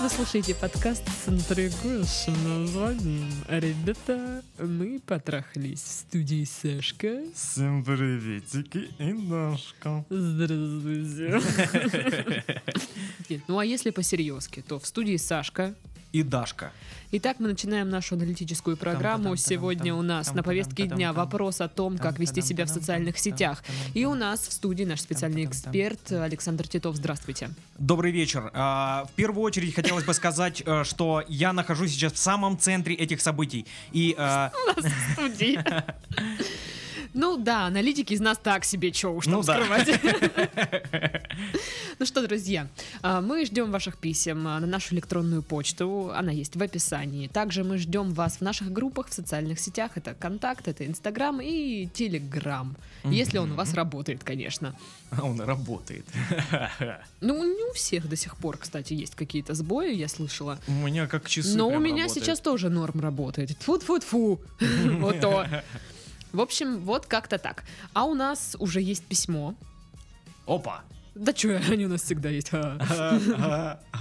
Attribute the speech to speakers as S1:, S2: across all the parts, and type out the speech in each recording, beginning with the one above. S1: Вы слушаете подкаст с названием «Ребята, мы потрахались» в студии Сашка.
S2: Всем приветики и Дашка.
S1: Здравствуйте. Нет, Ну а если по то в студии Сашка.
S2: И Дашка.
S1: Итак, мы начинаем нашу аналитическую программу.
S2: Там-та-дам-та-дам-там.
S1: Сегодня у нас на повестке дня
S2: Там-та-дам-та-дам-там.
S1: вопрос о том, как вести себя в социальных сетях. И у нас в студии наш специальный эксперт Александр Титов. Здравствуйте.
S3: Добрый вечер. А, В первую очередь хотелось бы сказать, э, что я нахожусь сейчас в самом центре этих событий. И э,
S1: в студии. Ну да, аналитики из нас так себе, чё уж там
S3: Ну да.
S1: скрывать. Ну что, друзья, а, мы ждем ваших писем а, на нашу электронную почту, она есть в описании. Также мы ждем вас в наших группах в социальных сетях, это Контакт, это Инстаграм и Телеграм, если он у вас работает, конечно.
S3: он работает.
S1: Ну, не у всех до сих пор, кстати, есть какие-то сбои, я слышала.
S2: У меня как часы
S1: Но у
S2: прям
S1: меня
S2: работают.
S1: сейчас тоже норм работает. тфу тфу тфу Вот то. В общем, вот как-то так. А у нас уже есть письмо.
S3: Опа.
S1: Да чё, они у нас всегда есть. ха.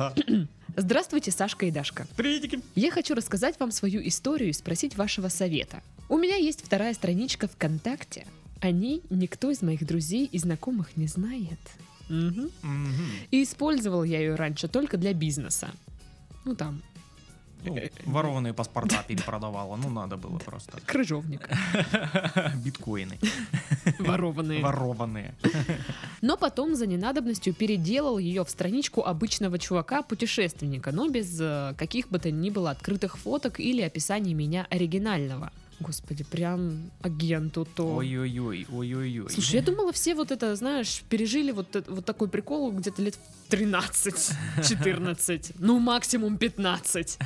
S1: Здравствуйте, Сашка и Дашка.
S3: Приветики.
S1: Я хочу рассказать вам свою историю и спросить вашего совета. У меня есть вторая страничка ВКонтакте. О ней никто из моих друзей и знакомых не знает. Мгм.
S3: Мгм.
S1: И использовал я ее раньше только для бизнеса. Ну там,
S3: Ну, Ворованные паспорта перепродавала. Ну, надо было просто.
S1: крыжовник,
S3: Биткоины.
S1: ворованные.
S3: Ворованные.
S1: Но потом за ненадобностью переделал ее в страничку обычного чувака-путешественника, но без э, каких бы то ни было открытых фоток или описаний меня оригинального. Господи, прям агенту то.
S3: Ой-ой-ой, ой-ой-ой.
S1: Слушай, я думала, все вот это, знаешь, пережили вот, это- вот такой прикол где-то лет в 13-14, ну максимум 15.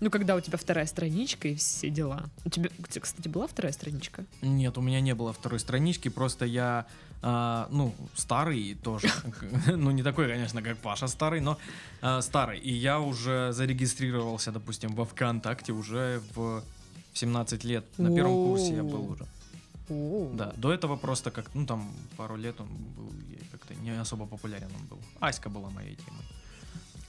S1: Ну, когда у тебя вторая страничка и все дела. У тебя, кстати, была вторая страничка?
S3: Нет, у меня не было второй странички, просто я, а, ну, старый тоже. Ну, не такой, конечно, как Паша старый, но а, старый. И я уже зарегистрировался, допустим, во ВКонтакте уже в 17 лет. На первом
S1: Воу.
S3: курсе я был уже.
S1: О.
S3: Да, до этого просто как, ну, там, пару лет он был, я как-то не особо популярен он был. Аська была моей темой.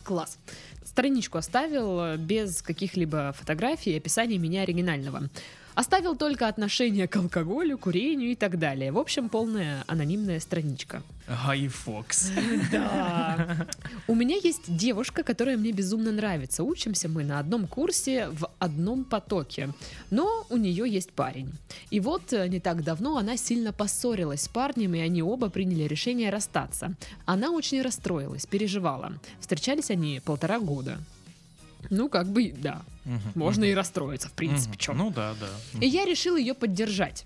S1: Класс. Страничку оставил э, без каких-либо фотографий и описаний меня оригинального. Оставил только отношение к алкоголю, курению и так далее. В общем, полная анонимная страничка.
S3: Гай Фокс.
S1: Да. У меня есть девушка, которая мне безумно нравится. Учимся мы на одном курсе в одном потоке. Но у нее есть парень. И вот э, не так давно она сильно поссорилась с парнем, и они оба приняли решение расстаться. Она очень расстроилась, переживала. Встречались они полтора года. Ну, как бы, да.
S3: Мгм.
S1: Можно и расстроиться, в принципе,
S3: Мгм.
S1: чё.
S3: Ну да, да.
S1: И я решила ее поддержать.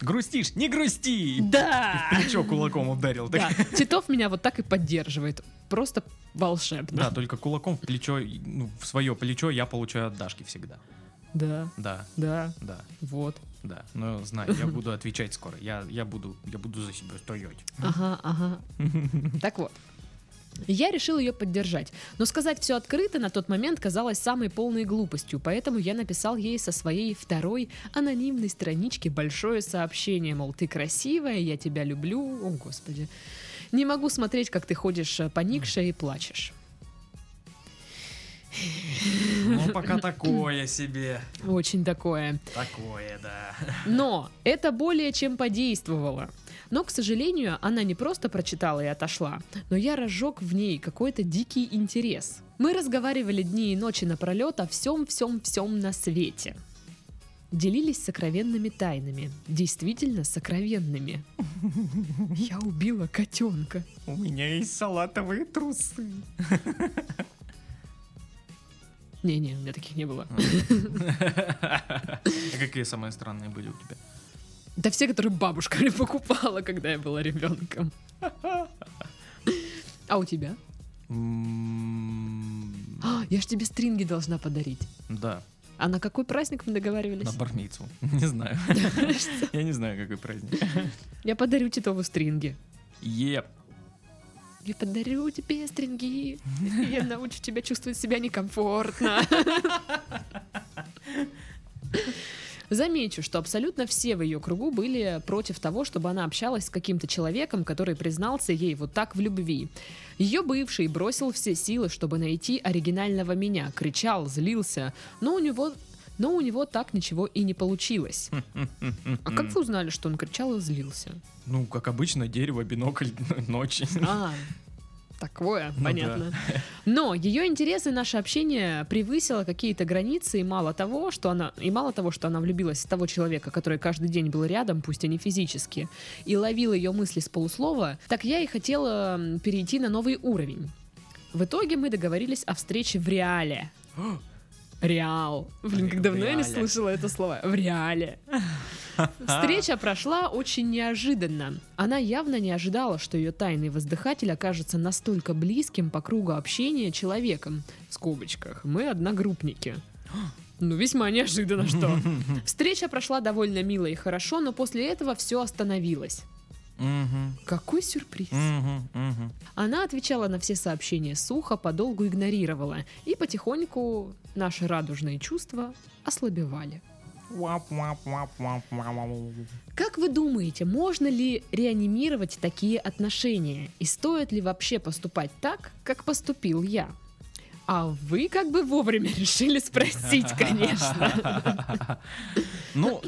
S3: Грустишь? Не грусти!
S1: Да!
S3: Плечо кулаком ударил. так.
S1: Да, Титов меня вот так и поддерживает. Просто волшебно.
S3: Да, только кулаком в плечо, и, ну, в свое плечо я получаю от Дашки всегда.
S1: Да.
S3: Да,
S1: Да,
S3: да,
S1: вот.
S3: да. Но знаю, я буду отвечать скоро. Я, я буду, я буду за себя стоять.
S1: Ага, ага. Так вот. Я решил ее поддержать, но сказать все открыто на тот момент казалось самой полной глупостью, поэтому я написал ей со своей второй анонимной странички большое сообщение, мол, ты красивая, я тебя люблю, о господи. Не могу смотреть, как ты ходишь э, поникшая и плачешь.
S3: Ну, пока такое себе.
S1: Очень такое.
S3: Такое, да.
S1: Но это более чем подействовало. Но, к сожалению, она не просто прочитала и отошла, но я разжег в ней какой-то дикий интерес. Мы разговаривали дни и ночи напролет о всем-всем-всем на свете. Делились сокровенными тайнами. Действительно сокровенными. Я убила котенка.
S3: У меня есть салатовые трусы.
S1: Не-не, у меня таких не было.
S3: А Какие самые странные были у тебя?
S1: Да все, которые бабушка мне покупала, когда я была ребенком. А у тебя?
S3: М,
S1: А, я ж тебе стринги должна подарить.
S3: Да,
S1: А на какой праздник мы договаривались?
S3: на бармицу. Не знаю. Я не знаю, какой праздник.
S1: Я подарю Титову стринги.
S3: Еп.
S1: Я подарю тебе стринги. Я научу тебя чувствовать себя некомфортно. Замечу, что абсолютно все в ее кругу были против того, чтобы она общалась с каким-то человеком, который признался ей вот так в любви. Ее бывший бросил все силы, чтобы найти оригинального меня, кричал, злился, но у него но у него так ничего и не получилось. А как вы узнали, что он кричал и злился?
S3: Ну, как обычно, дерево, бинокль, ночи.
S1: А, такое,
S3: Ну
S1: понятно. Но ее интересы и наше общение превысило какие-то границы, и мало того, что она, и мало того, что она влюбилась в того человека, который каждый день был рядом, пусть и не физически, и ловил ее мысли с полуслова, так я и хотела м, перейти на новый уровень. В итоге мы договорились о встрече в реале. Реал. Блин, как
S3: В
S1: давно я не
S3: реале.
S1: слышала это слово. В реале. Встреча прошла очень неожиданно. Она явно не ожидала, что ее тайный воздыхатель окажется настолько близким по кругу общения человеком. В скобочках. Мы одногруппники. Ну, весьма неожиданно, что. Встреча прошла довольно мило и хорошо, но после этого все остановилось.
S3: Мгм,
S1: Какой сюрприз.
S3: мгм, мгм.
S1: Она отвечала на все сообщения сухо, подолгу игнорировала. И потихоньку наши радужные чувства ослабевали.
S2: Вап-вап-вап-вап-вау.
S1: Как вы думаете, можно ли реанимировать такие отношения? И стоит ли вообще поступать так, как поступил я? А вы как бы вовремя решили спросить, конечно.
S3: Ну,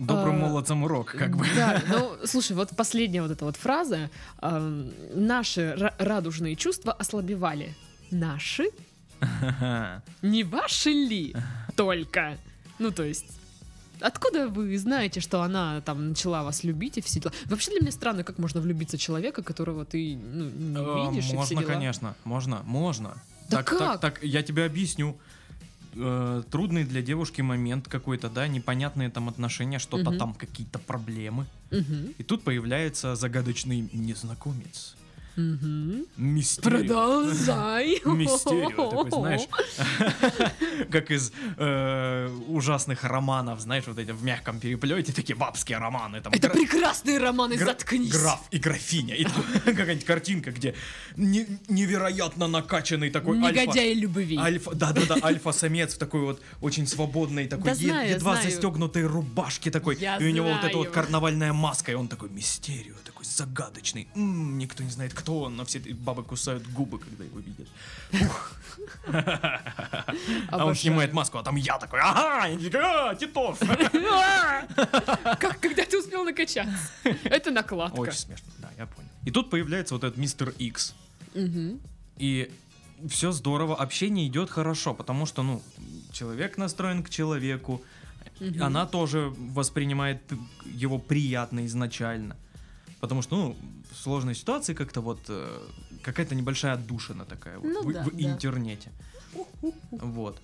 S3: добрым
S1: А,
S3: молодцам урок, как бы.
S1: Да, ну, слушай, вот последняя вот эта вот фраза. эм, Наши ра- радужные чувства ослабевали. Наши? Не ваши ли? Только. Ну, то есть... Откуда вы знаете, что она там начала вас любить и все дела? Вообще для меня странно, как можно влюбиться в человека, которого ты ну,
S3: Э,
S1: не видишь и все
S3: Можно,
S1: дела.
S3: конечно, можно, можно.
S1: Да
S3: так,
S1: как?
S3: так, так, я тебе объясню. Э, трудный для девушки момент какой-то, да, непонятные там отношения, что-то
S1: Мгм.
S3: там какие-то проблемы.
S1: Мгм,
S3: И тут появляется загадочный незнакомец.
S1: мгм.
S3: Мистерио.
S1: Продолжай.
S3: Мистерио, такой, знаешь, как из э, ужасных романов, знаешь, вот эти в мягком переплете, такие бабские романы. Там,
S1: Это
S3: гра-
S1: прекрасные романы,
S3: Гра-
S1: заткнись.
S3: Граф и графиня. И там какая-нибудь картинка, где не- невероятно накачанный такой альфа.
S1: Негодяи любви.
S3: Альфа, да, да, да, альфа-самец в такой вот очень свободной, такой
S1: Да
S3: е-
S1: знаю,
S3: едва
S1: знаю.
S3: застегнутой рубашке такой.
S1: Я
S3: и у него вот эта
S1: знаю.
S3: вот карнавальная маска, и он такой мистерию, такой загадочный. М, никто не знает, кто он, но все эти бабы кусают губы, когда его видят. А он
S1: Обожаю.
S3: снимает маску, а там я такой, ага, и такой, «А, Титов.
S1: Как когда ты успел накачаться? Это накладка.
S3: Очень смешно, да, я понял. И тут появляется вот этот мистер Икс.
S1: Мгм.
S3: И все здорово, общение идет хорошо, потому что, ну, человек настроен к человеку,
S1: Мгм.
S3: она тоже воспринимает п- его приятно изначально. Потому что, ну, в сложной ситуации как-то вот э, какая-то небольшая отдушина такая вот
S1: Ну
S3: в,
S1: да,
S3: в
S1: да.
S3: интернете. Вот.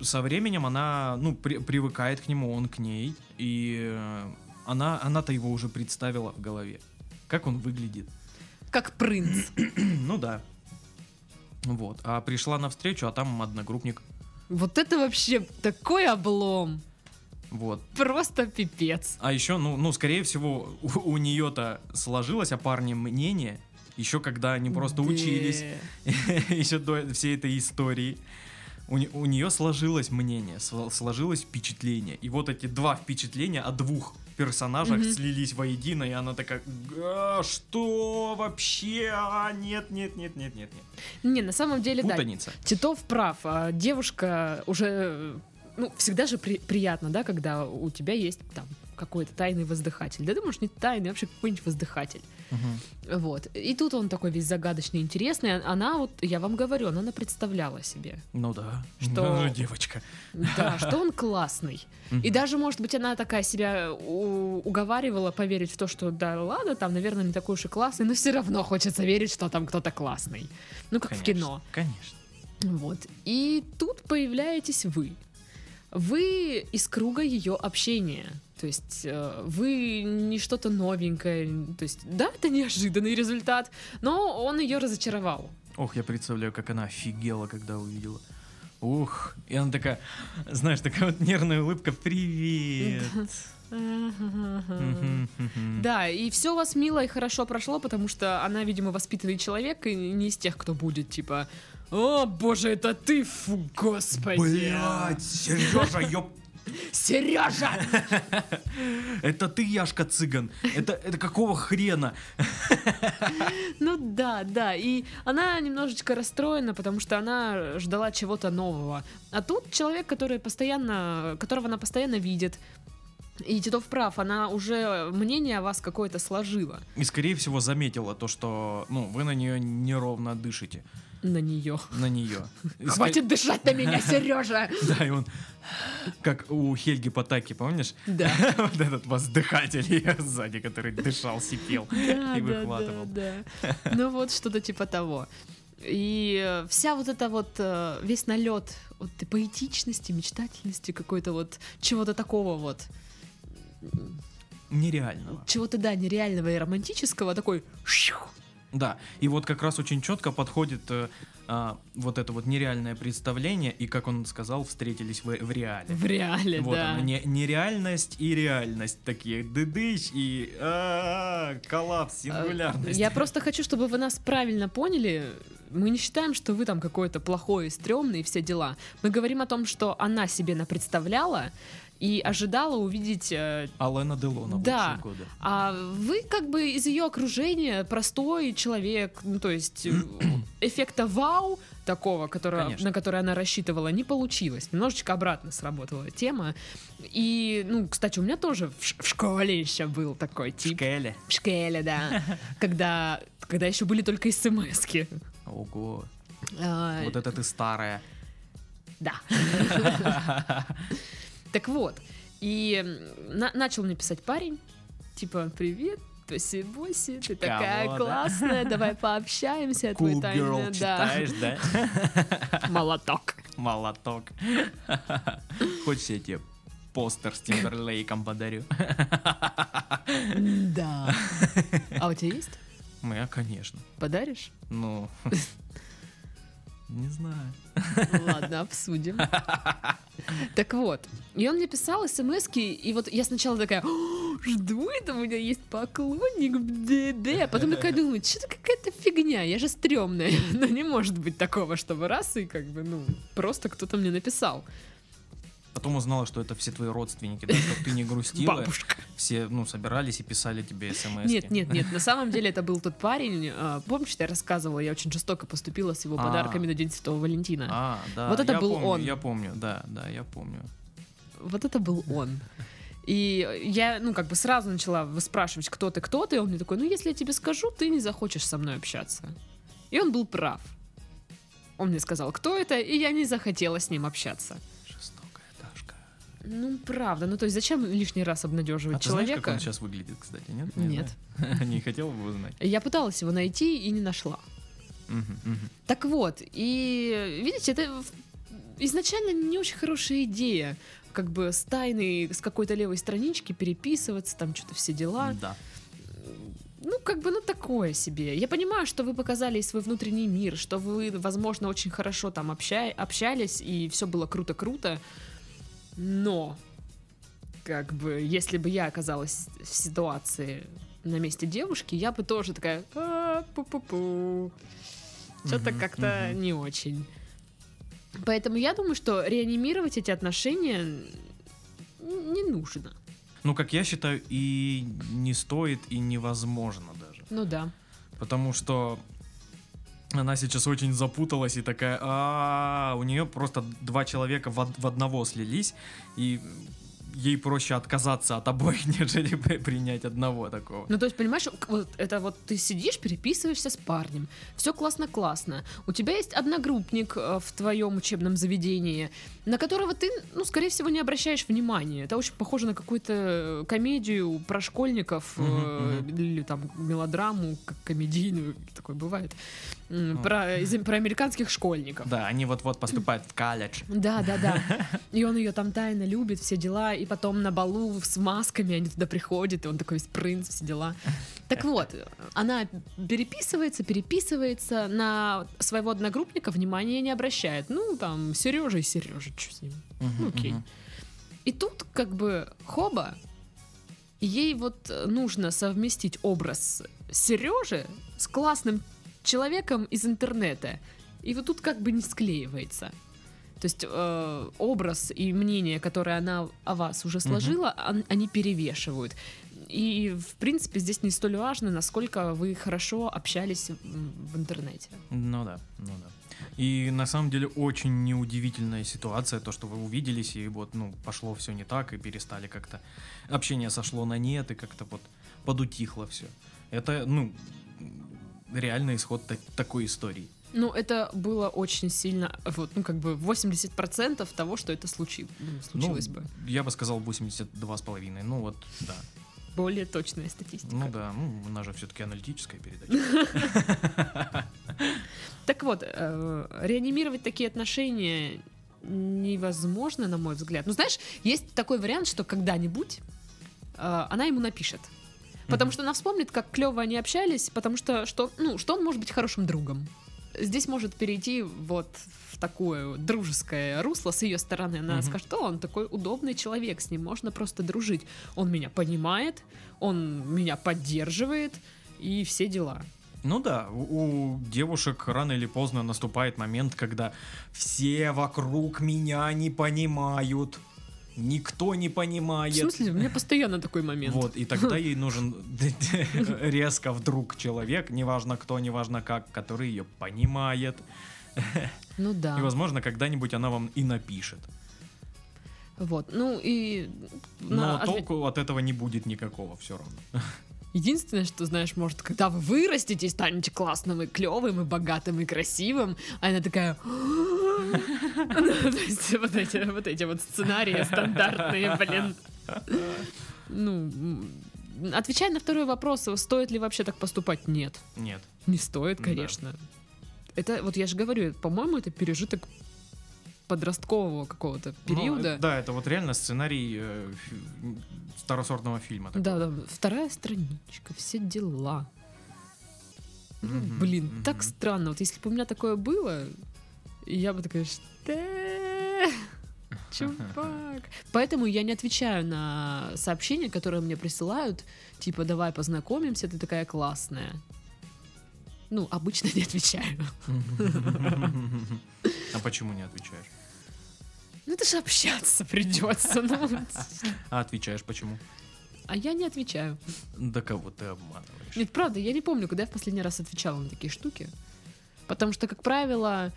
S3: Со временем она, ну, при- привыкает к нему, он к ней, и э, она, она-то его уже представила в голове. Как он выглядит.
S1: Как принц.
S3: Ну да. Вот. А пришла навстречу, а там одногруппник.
S1: Вот это вообще такой облом.
S3: Вот.
S1: Просто пипец.
S3: А еще, ну, ну, скорее всего, у, у нее-то сложилось о парне мнение, еще когда они просто учились, еще до всей этой истории. У, не- у нее сложилось мнение, сло- сложилось впечатление. И вот эти два впечатления о двух персонажах
S1: Мгм.
S3: слились воедино, и она такая, «А, что вообще? А, нет, нет, нет, нет, нет, нет.
S1: Не, на самом деле, да.
S3: Путаница.
S1: Титов прав. а, Девушка уже... э, Ну, всегда же при- приятно, да, когда у тебя есть там какой-то тайный воздыхатель. Да ты, может, не тайный, а вообще какой-нибудь воздыхатель.
S3: Мгм.
S1: Вот. И тут он такой весь загадочный, интересный. А- Она вот, я вам говорю, она представляла себе,
S3: Ну да.
S1: Что-
S3: Она же девочка.
S1: да, А, что он классный. И
S3: Мгм.
S1: даже, может быть, она такая себя у- уговаривала поверить в то, что да ладно, там, наверное, не такой уж и классный, но все равно хочется верить, что там кто-то классный. Ну, как в кино.
S3: Конечно.
S1: Вот. И тут появляетесь вы. Вы из круга ее общения. То есть э, вы не что-то новенькое. То есть, да, это неожиданный результат, но он ее разочаровал.
S3: Ох, я представляю, как она офигела, когда увидела. ух. И она такая, знаешь, такая вот нервная улыбка, привет. Мгм, мгм.
S1: Да, и все у вас мило и хорошо прошло, потому что она, видимо, воспитанный человек, и не из тех, кто будет, типа, «О, боже, это ты, фу, господи!»
S3: Блядь, Сережа, ёп.
S1: Сережа!
S3: Это ты, Яшка Цыган. Это, это какого хрена?
S1: Ну да, да. И она немножечко расстроена, потому что она ждала чего-то нового. А тут человек, который постоянно, которого она постоянно видит. И Титов прав, она уже мнение о вас какое-то сложила
S3: И, скорее всего, заметила то, что ну, вы на нее неровно дышите.
S1: на нее.
S3: На нее.
S1: Хватит дышать на меня, Сережа!
S3: Да, и он, как у Хельги Потаки, помнишь?
S1: Да.
S3: Вот этот воздыхатель её сзади, который дышал, сипел
S1: Да, да,
S3: и выхватывал.
S1: да, да. Ну вот что-то типа того. И э, вся вот эта вот, э, весь налет вот и поэтичности, мечтательности какой-то вот, чего-то такого вот,
S3: Нереального.
S1: чего-то, да, нереального и романтического, такой «щух».
S3: Да, и вот как раз очень четко подходит э, а, вот это вот нереальное представление, и, как он сказал, встретились в, в реале.
S1: в реале,
S3: Вот
S1: да.
S3: она, не- нереальность и реальность такие. Дыдыщ и а, коллапс,
S1: Э,
S3: сингулярность.
S1: Я просто хочу, чтобы вы нас правильно поняли. Мы не считаем, что вы там какое-то плохое, стрёмное и все дела. Мы говорим о том, что она себе напредставляла и ожидала увидеть э,
S3: Алена Делона
S1: Да.
S3: лучшие годы.
S1: А вы как бы из ее окружения простой человек, ну то есть э, эффекта вау такого, которого,
S3: Конечно.
S1: на который она рассчитывала, не получилось. Немножечко обратно сработала тема. И, ну, кстати, у меня тоже в, ш- в школе еще был такой тип.
S3: Шкеле.
S1: В школе, да. Когда, когда еще были только смс-ки.
S3: Ого.
S1: А,
S3: Вот это ты старая.
S1: Да. Так вот, и м, на- начал мне писать парень, типа, привет, Тоси-боси, ты такая
S3: Кого, да?
S1: классная, давай пообщаемся, я твой
S3: Cool girl
S1: тайный, да,
S3: читаешь, да?
S1: молоток.
S3: Молоток. Хочешь, я тебе постер с Тимберлейком подарю?
S1: Да. А у тебя есть?
S3: Ну, я, конечно.
S1: Подаришь?
S3: Ну, не знаю.
S1: Ну Ладно, обсудим. Так вот, и он мне писал смс и вот я сначала такая, «О, жду это, у меня есть поклонник в ДД, а потом такая думаю, что это какая-то фигня, я же стрёмная, но не может быть такого, чтобы раз и как бы, ну, просто кто-то мне написал.
S3: Потом узнала, что это все твои родственники, да, чтоб ты не грустила.
S1: Бабушка.
S3: Все, ну, собирались и писали тебе смс.
S1: Нет, нет, нет, на самом деле это был тот парень, э, помнишь, я рассказывала, я очень жестоко поступила с его
S3: А.
S1: подарками на День Святого Валентина.
S3: А, да.
S1: Вот это
S3: я
S1: был
S3: помню,
S1: он.
S3: Я помню, да, да, я помню.
S1: Вот это был он. И я, ну, как бы сразу начала выспрашивать, кто ты, кто ты. И он мне такой, ну, если я тебе скажу, ты не захочешь со мной общаться. И он был прав. Он мне сказал, кто это, и я не захотела с ним общаться.
S3: Жестокая Дашка.
S1: Ну, правда. Ну, то есть зачем лишний раз обнадеживать
S3: А ты знаешь, как
S1: человека?
S3: он сейчас выглядит, кстати, нет?
S1: Нет.
S3: знаю. Не хотела бы узнать.
S1: Я пыталась его найти и не нашла.
S3: Мгм, мгм.
S1: Так вот, и видите, это в- изначально не очень хорошая идея. Как бы с тайной, с какой-то левой странички переписываться, там что-то все дела.
S3: Да.
S1: Ну, как бы, ну, такое себе. Я понимаю, что вы показали свой внутренний мир, что вы, возможно, очень хорошо там обща- общались, и все было круто-круто, но, как бы, если бы я оказалась в ситуации на месте девушки, я бы тоже такая, «А, пу-пу-пу, что-то
S3: Мгм,
S1: как-то
S3: мгм.
S1: не очень. Поэтому я думаю, что реанимировать эти отношения н- не нужно.
S3: Ну, как я считаю, и не стоит, и невозможно даже.
S1: Ну да.
S3: Потому что она сейчас очень запуталась и такая, а у нее просто два человека в, од- в одного слились, и ей проще отказаться от обоих, нежели при- принять одного такого.
S1: Ну, то есть, понимаешь, к- вот это вот ты сидишь, переписываешься с парнем. Все классно-классно. У тебя есть одногруппник э, в твоем учебном заведении, на которого ты, ну, скорее всего, не обращаешь внимания. Это очень похоже на какую-то комедию про школьников э,
S3: Мгм, мгм.
S1: или там мелодраму как комедийную. Такое бывает. м,
S3: Ну.
S1: про, из- про американских школьников.
S3: Да, они вот-вот поступают в колледж.
S1: Да, да, да. И он ее там тайно любит, все дела. И потом на балу с масками они туда приходят, и он такой весь принц, все дела. Так вот, она переписывается, переписывается, на своего одногруппника внимания не обращает. Ну, там, Сережа и Сережа, что с ним.
S3: Мгм,
S1: Ну, Окей.
S3: мгм.
S1: И тут как бы хоба, ей вот э, нужно совместить образ Сережи с классным человеком из интернета. И вот тут как бы не склеивается. То есть э, образ и мнение, которое она о вас уже сложила, он- они перевешивают. И, в принципе, здесь не столь важно, насколько вы хорошо общались м, в интернете.
S3: Ну да, ну да. И на самом деле очень неудивительная ситуация, то, что вы увиделись, и вот, ну, пошло все не так, и перестали как-то... Общение сошло на нет, и как-то вот подутихло все. Это, ну, реальный исход та- такой истории.
S1: Ну, это было очень сильно, вот, ну, как бы 80% того, что это случи- ну, случилось
S3: ну,
S1: бы.
S3: Я бы сказал 82,5. Ну вот, да.
S1: Более точная статистика.
S3: Ну да, ну, у нас же все-таки аналитическая передача.
S1: Так вот, э, реанимировать такие отношения невозможно, на мой взгляд. Ну, знаешь, есть такой вариант, что когда-нибудь э, она ему напишет. Потому
S3: Мгм.
S1: что она вспомнит, как клево они общались, потому что, что, ну, что он может быть хорошим другом. Здесь может перейти вот в такое дружеское русло с ее стороны. Она
S3: Мгм.
S1: скажет, что он такой удобный человек, с ним можно просто дружить. Он меня понимает, он меня поддерживает и все дела.
S3: Ну да, у у девушек рано или поздно наступает момент, когда все вокруг меня не понимают. Никто не
S1: В
S3: понимает.
S1: смысле, у меня постоянно такой момент.
S3: Вот, и тогда ей нужен резко вдруг человек, неважно кто, неважно как, который ее понимает.
S1: Ну да.
S3: И, возможно, когда-нибудь она вам и напишет.
S1: Вот. Ну и
S3: Но
S1: на а отве-
S3: толку от этого не будет никакого все равно.
S1: единственное, что знаешь, может, когда вы вырастете и станете классным и клевым, и богатым, и красивым, а она такая. «Ну, то есть Вот эти вот эти вот сценарии стандартные, блин. Ну, м, отвечая на второй вопрос, а стоит ли вообще так поступать? Нет.
S3: Нет.
S1: Не стоит,
S3: Да.
S1: конечно. Это, вот я же говорю, по-моему, это пережиток подросткового какого-то
S3: Ну,
S1: периода.
S3: э, да, это вот реально сценарий э, фи- м, второсортного фильма.
S1: Да,
S3: такого.
S1: да, вторая страничка, все дела. Ну,
S3: Мгм,
S1: блин,
S3: мгм.
S1: так странно. Вот если бы у меня такое было, я бы такая, что? Чувак. Поэтому я не отвечаю на сообщения, которые мне присылают, типа, давай познакомимся, ты такая классная. Ну, обычно не отвечаю.
S3: А почему не отвечаешь?
S1: Ну, это же общаться придется. ну.
S3: А отвечаешь почему?
S1: А я не отвечаю.
S3: Да кого ты обманываешь?
S1: Нет, правда, я не помню, когда я в последний раз отвечала на такие штуки. Потому что, как правило,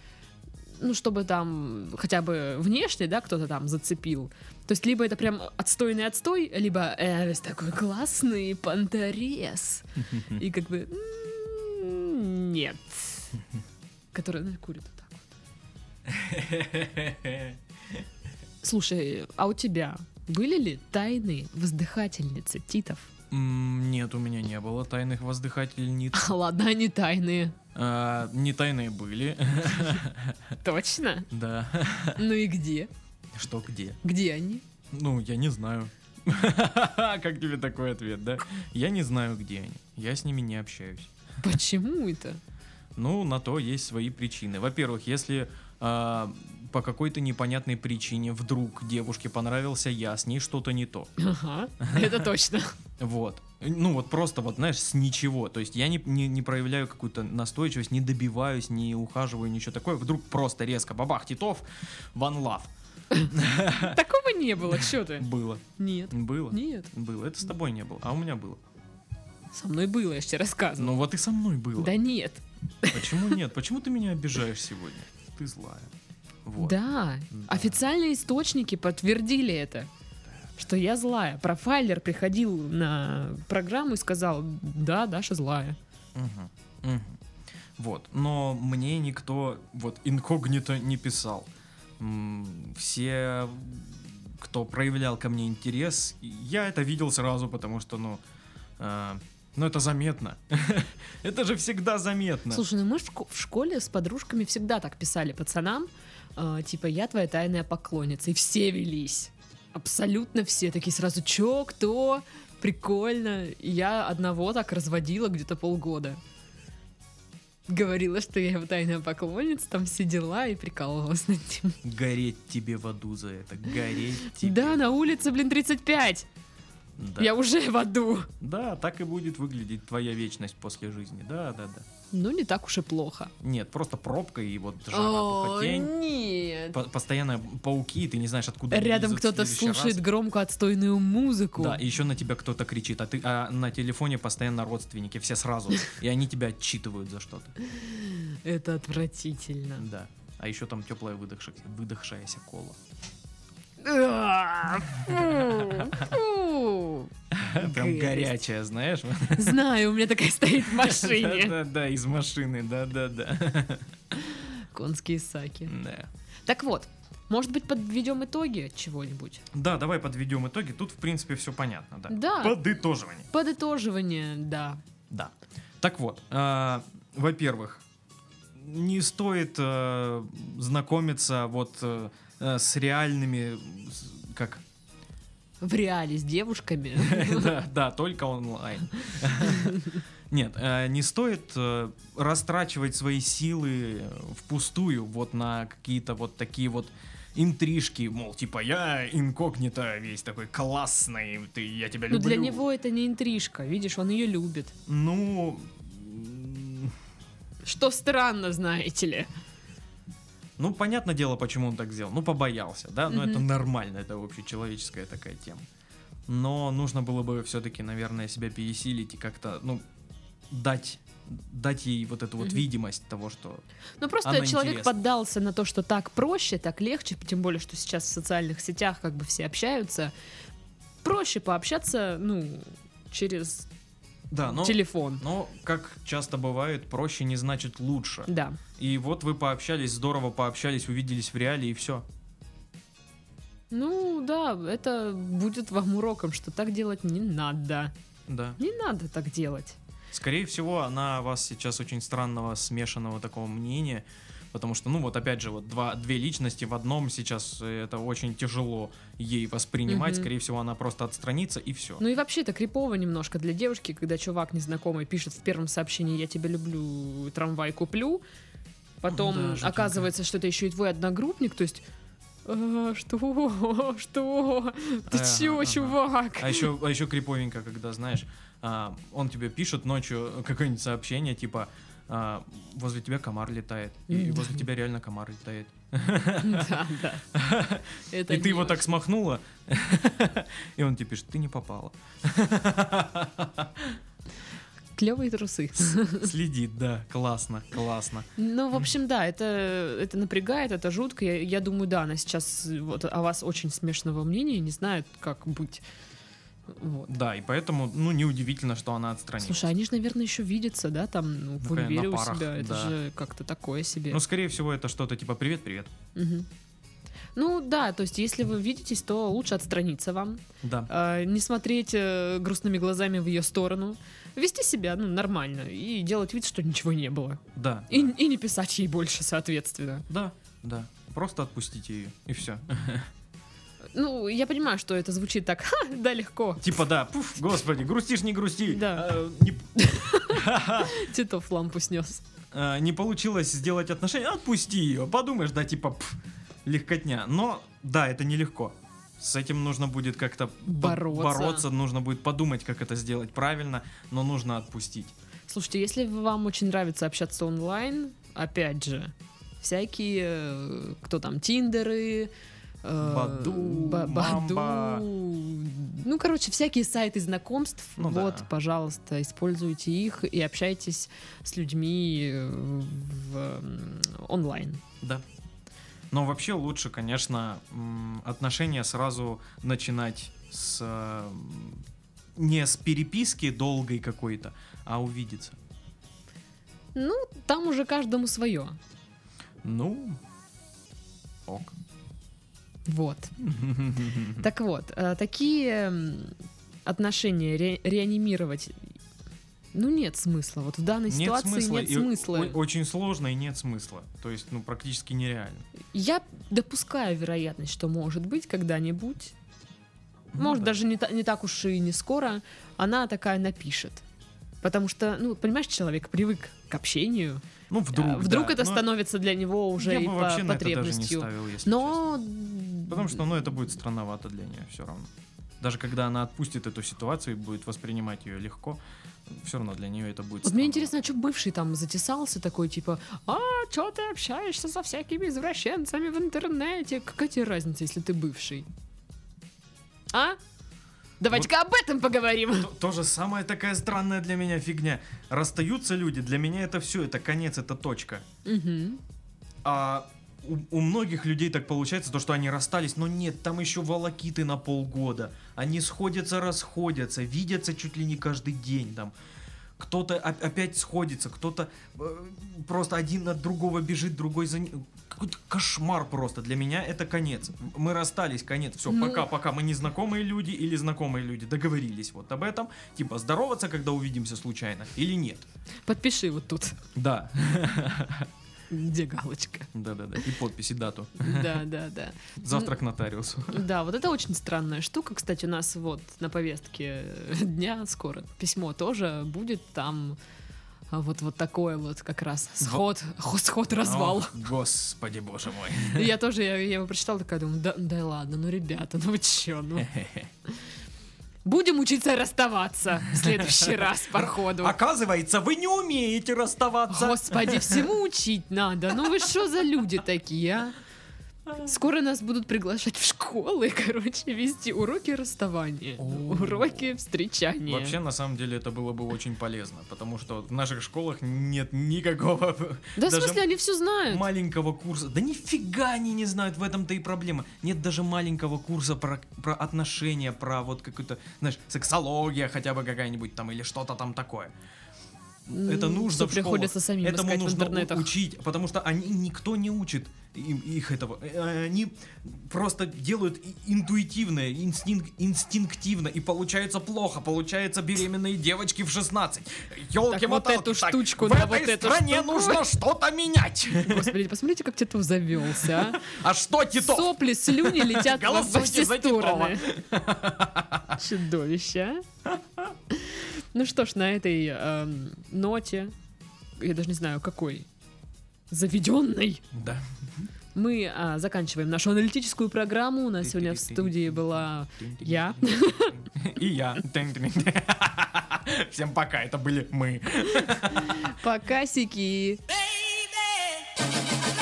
S1: ну, чтобы там хотя бы внешне, да, кто-то там зацепил. То есть либо это прям отстойный отстой, либо э, весь такой классный понторез. И как бы «М, нет. Который ну, курит вот так. Слушай, а у тебя были ли тайны воздыхательницы Титов?
S3: М, Нет, у меня не было тайных воздыхательниц.
S1: А, Ладно, они тайные.
S3: А, Не тайные были.
S1: Точно?
S3: Да.
S1: Ну и где?
S3: Что где?
S1: Где они?
S3: Ну, я не знаю. Как тебе такой ответ, да? Я не знаю, где они. Я с ними не общаюсь.
S1: Почему это?
S3: Ну, на то есть свои причины. Во-первых, если а, по какой-то непонятной причине вдруг девушке понравился я, с ней что-то не то.
S1: Ага, это точно.
S3: Вот. Ну вот просто вот, знаешь, с ничего. То есть я не, не, не проявляю какую-то настойчивость, не добиваюсь, не ухаживаю, ничего такое. Вдруг просто резко бабах, Титов, ван лав.
S1: Такого не было, что ты?
S3: Было.
S1: Нет.
S3: Было.
S1: Нет.
S3: Было. Это с тобой не было, а у меня было.
S1: Со мной было, я же тебе рассказывала.
S3: Ну вот и со мной было.
S1: Да нет.
S3: Почему нет? Почему ты меня обижаешь сегодня? Ты злая. Вот.
S1: Да.
S3: Да.
S1: Официальные источники подтвердили это. Что я злая. Профайлер приходил на программу и сказал, да, Даша злая.
S3: Мгм. Мгм. Вот. Но мне никто вот инкогнито не писал. М, Все, кто проявлял ко мне интерес, я это видел сразу, потому что, ну, э, Но это заметно. Это же всегда заметно.
S1: Слушай, ну мы ж в ко- в школе с подружками всегда так писали пацанам, э, типа я твоя тайная поклонница, и все велись. Абсолютно все такие сразу, чё, кто, прикольно. И я одного так разводила где-то полгода. Говорила, что я его тайная поклонница, там все дела и прикалывалась над ним.
S3: Гореть тебе в аду за это. Гореть тебе.
S1: Да, на улице, блин, 35.
S3: Типа. Да.
S1: Я уже в аду.
S3: Да, так и будет выглядеть твоя вечность после жизни. Да, да, да.
S1: Ну, не так уж и плохо.
S3: Нет, просто пробка и вот жара,
S1: О,
S3: только тень.
S1: нет.
S3: По- постоянно пауки, и ты не знаешь, откуда они
S1: Рядом
S3: лезут в
S1: кто-то
S3: следующий
S1: слушает
S3: раз.
S1: громко отстойную музыку.
S3: Да, и еще на тебя кто-то кричит, а ты а на телефоне постоянно родственники, все сразу, и они тебя отчитывают за что-то.
S1: Это отвратительно.
S3: Да. А еще там теплая выдохшаяся, выдохшаяся кола.
S1: А, фу, фу.
S3: Прям
S1: Гадость.
S3: горячая, знаешь?
S1: Знаю, у меня такая стоит в машине.
S3: Да-да-да, из машины, да-да-да.
S1: Конские саки.
S3: Да.
S1: Так вот, может быть, подведем итоги от чего-нибудь?
S3: Да, давай подведем итоги. Тут, в принципе, все понятно, да.
S1: Да,
S2: Подытоживание.
S1: подытоживание, да.
S3: Да. Так вот, а, во-первых, не стоит э, знакомиться вот э, э, с реальными, с- как,
S1: В реале с девушками.
S3: да, да, только онлайн. Нет, э, не стоит э, растрачивать свои силы впустую вот на какие-то вот такие вот интрижки, мол, типа я инкогнито весь такой классный, ты, я тебя
S1: Но
S3: люблю.
S1: Ну, для него это не интрижка, видишь, он ее любит.
S3: Ну, м,
S1: Что странно, знаете ли.
S3: Ну, понятное дело, почему он так сделал. Ну, побоялся, да? Но
S1: Мгм.
S3: это нормально, это общечеловеческая такая тема. Но нужно было бы все-таки, наверное, себя пересилить и как-то, ну, дать дать ей вот эту вот
S1: Мгм.
S3: видимость того, что...
S1: Ну просто
S3: Она
S1: человек
S3: интересна.
S1: поддался на то, что так проще, так легче, тем более, что сейчас в социальных сетях как бы все общаются. Проще пообщаться, ну, через
S3: Да, но,
S1: телефон.
S3: но, как часто бывает, проще не значит лучше.
S1: Да.
S3: И вот вы пообщались, здорово пообщались, увиделись в реале и все.
S1: Ну да, это будет вам уроком, что так делать не надо.
S3: Да.
S1: Не надо так делать.
S3: Скорее всего, она о вас сейчас очень странного, смешанного такого мнения, потому что, ну вот опять же, вот два, две личности в одном сейчас э, это очень тяжело ей воспринимать,
S1: Мгм.
S3: скорее всего, она просто отстранится и все.
S1: Ну и вообще это крипово немножко для девушки, когда чувак незнакомый пишет в первом сообщении «я тебя люблю, трамвай куплю», потом
S3: Да, жутенько.
S1: оказывается, что это еще и твой одногруппник, то есть «А, что? Что? Ты
S3: Ага,
S1: чё,
S3: А, ага.
S1: чувак?
S3: А еще, а еще криповенько, когда, знаешь, а, он тебе пишет ночью э, какое-нибудь сообщение, типа, а, возле тебя комар летает, и
S1: М, да.
S3: возле тебя реально комар летает.
S1: Да, да. Это
S3: и ты его
S1: не
S3: так смахнула, и он тебе пишет, ты не попала.
S1: Клевые трусы.
S3: Следит, да, классно, классно.
S1: Ну, в общем, да, это, это напрягает, это жутко. Я, я думаю, да, она сейчас э, вот, о вас очень смешного мнения, не знает, как быть. Вот.
S3: Да, и поэтому, ну, неудивительно, что она отстранилась.
S1: Слушай, они же, наверное, еще видятся, да, там ну, в
S3: Ну, конечно,
S1: универе
S3: на
S1: у
S3: парах,
S1: себя. Это
S3: да.
S1: же как-то такое себе.
S3: Ну, скорее всего, это что-то типа «Привет-привет».
S1: Мгм. Ну да, то есть если вы видитесь, то лучше отстраниться вам,
S3: Да.
S1: э, не смотреть э, грустными глазами в ее сторону, вести себя ну, нормально и делать вид, что ничего не было.
S3: Да.
S1: И, и не писать ей больше, соответственно.
S3: Да, да. Просто отпустите ее, и все.
S1: Ну, я понимаю, что это звучит так, «Ха, да, легко,
S3: Типа, да, пуф, господи, грустишь, не грусти.
S1: Да.
S3: Э, не-
S1: Титов лампу снес.
S3: э, Не получилось сделать отношения, отпусти ее. Подумаешь, да, типа, пф, легкотня. Но, да, это нелегко. С этим нужно будет как-то по-
S1: Бороться.
S3: бороться, нужно будет подумать, как это сделать правильно, но нужно отпустить.
S1: Слушайте, если вам очень нравится общаться онлайн, опять же, всякие, э, кто там, тиндеры, э,
S3: Баду,
S1: Ба- Баду,
S3: Мамба.
S1: ну, короче, всякие сайты знакомств,
S3: Ну
S1: вот,
S3: да.
S1: пожалуйста, используйте их и общайтесь с людьми э, в, м, онлайн.
S3: Да. Но вообще лучше, конечно, м, отношения сразу начинать с э, м, не с переписки долгой какой-то, а увидеться.
S1: Ну, там уже каждому свое.
S3: Ну, ок.
S1: Вот. Так вот, э, такие м, отношения ре- реанимировать Ну, нет смысла. Вот в данной
S3: Нет
S1: ситуации
S3: смысла.
S1: нет
S3: и
S1: смысла.
S3: о- очень сложно и нет смысла. То есть, ну, практически нереально.
S1: Я допускаю вероятность, что может быть когда-нибудь, может,
S3: Ну да.
S1: даже не, та- не так уж и не скоро, она такая напишет. Потому что, ну, понимаешь, человек привык к общению.
S3: Ну, вдруг.
S1: А, Вдруг
S3: да.
S1: это
S3: Но
S1: становится для него уже
S3: я
S1: и
S3: бы
S1: по-
S3: вообще на это даже не
S1: потребностью.
S3: ставил, если честно.
S1: Но...
S3: Потому что, ну, это будет странновато для нее все равно. Даже когда она отпустит эту ситуацию и будет воспринимать ее легко, все равно для нее это будет.
S1: Вот мне
S3: странновато.
S1: интересно, а что бывший там затесался такой, типа, а, что ты общаешься со всякими извращенцами в интернете? Какая тебе разница, если ты бывший? А? Давайте-ка об этом поговорим.
S3: То, то же самое такая странная для меня фигня. Расстаются люди, для меня это все, это конец, это точка.
S1: Мгм.
S3: А у, у многих людей так получается, то, что они расстались, но нет, там еще волокиты на полгода. Они сходятся, расходятся, видятся чуть ли не каждый день там. Кто-то оп- опять сходится, кто-то э, просто один от другого бежит, другой за ним. Какой-то кошмар просто. Для меня это конец. Мы расстались, конец. Все,
S1: Ну-
S3: пока, пока. Мы незнакомые люди или знакомые люди. Договорились вот об этом. Типа здороваться, когда увидимся случайно, или нет.
S1: Подпиши вот тут,
S3: Да.
S1: где галочка.
S3: Да-да-да. И подпись, и дату.
S1: Да, да, да.
S3: Завтра к нотариусу.
S1: Да, вот это очень странная штука. Кстати, у нас вот на повестке дня скоро письмо тоже будет там а, вот вот такое вот как раз сход, хо- сход, развал.
S3: О, Ну, господи боже мой.
S1: Я тоже, я, я его прочитала, такая думаю, да, да и ладно, ну, ребята, ну вы чё, ну. Будем учиться расставаться в следующий раз, походу.
S3: Оказывается, вы не умеете расставаться.
S1: Господи, всему учить надо. Ну вы что за люди такие, а? Скоро нас будут приглашать в школы, короче, вести уроки расставания, ну,
S3: О.
S1: уроки встречания.
S3: Вообще, на самом деле, это было бы очень полезно, потому что в наших школах нет никакого
S1: да в
S3: даже
S1: смысле, они все знают.
S3: маленького курса. Да нифига они не знают, в этом-то и проблема. Нет даже маленького курса про, про отношения, про вот какую-то, знаешь, сексология хотя бы какая-нибудь там или что-то там такое. Это
S1: М,
S3: нужно
S1: всё
S3: в школах.
S1: приходится самим
S3: Этому
S1: искать в
S3: нужно у-
S1: интернетах.
S3: учить, потому что они никто не учит им- их этого. Э, Они просто делают и- интуитивно, инстинк- инстинктивно, и получается плохо. Получается беременные девочки в 16. Елки
S1: Так вот эту штучку
S3: в
S1: на
S3: этой
S1: вот эту
S3: стране
S1: штуку.
S3: нужно что-то менять.
S1: Господи, посмотрите, как Титов завелся, а.
S3: А что, Титов?
S1: Сопли, слюни летят во во
S3: Голосуйте
S1: все
S3: за Титова.
S1: стороны. Чудовище. а. Ну что ж, на этой эм, ноте, я даже не знаю какой, заведенной,
S3: Да.
S1: мы а, заканчиваем нашу аналитическую программу. У нас сегодня в студии была Я.
S3: И я. Всем пока, это были мы.
S1: Покасики.
S4: Baby,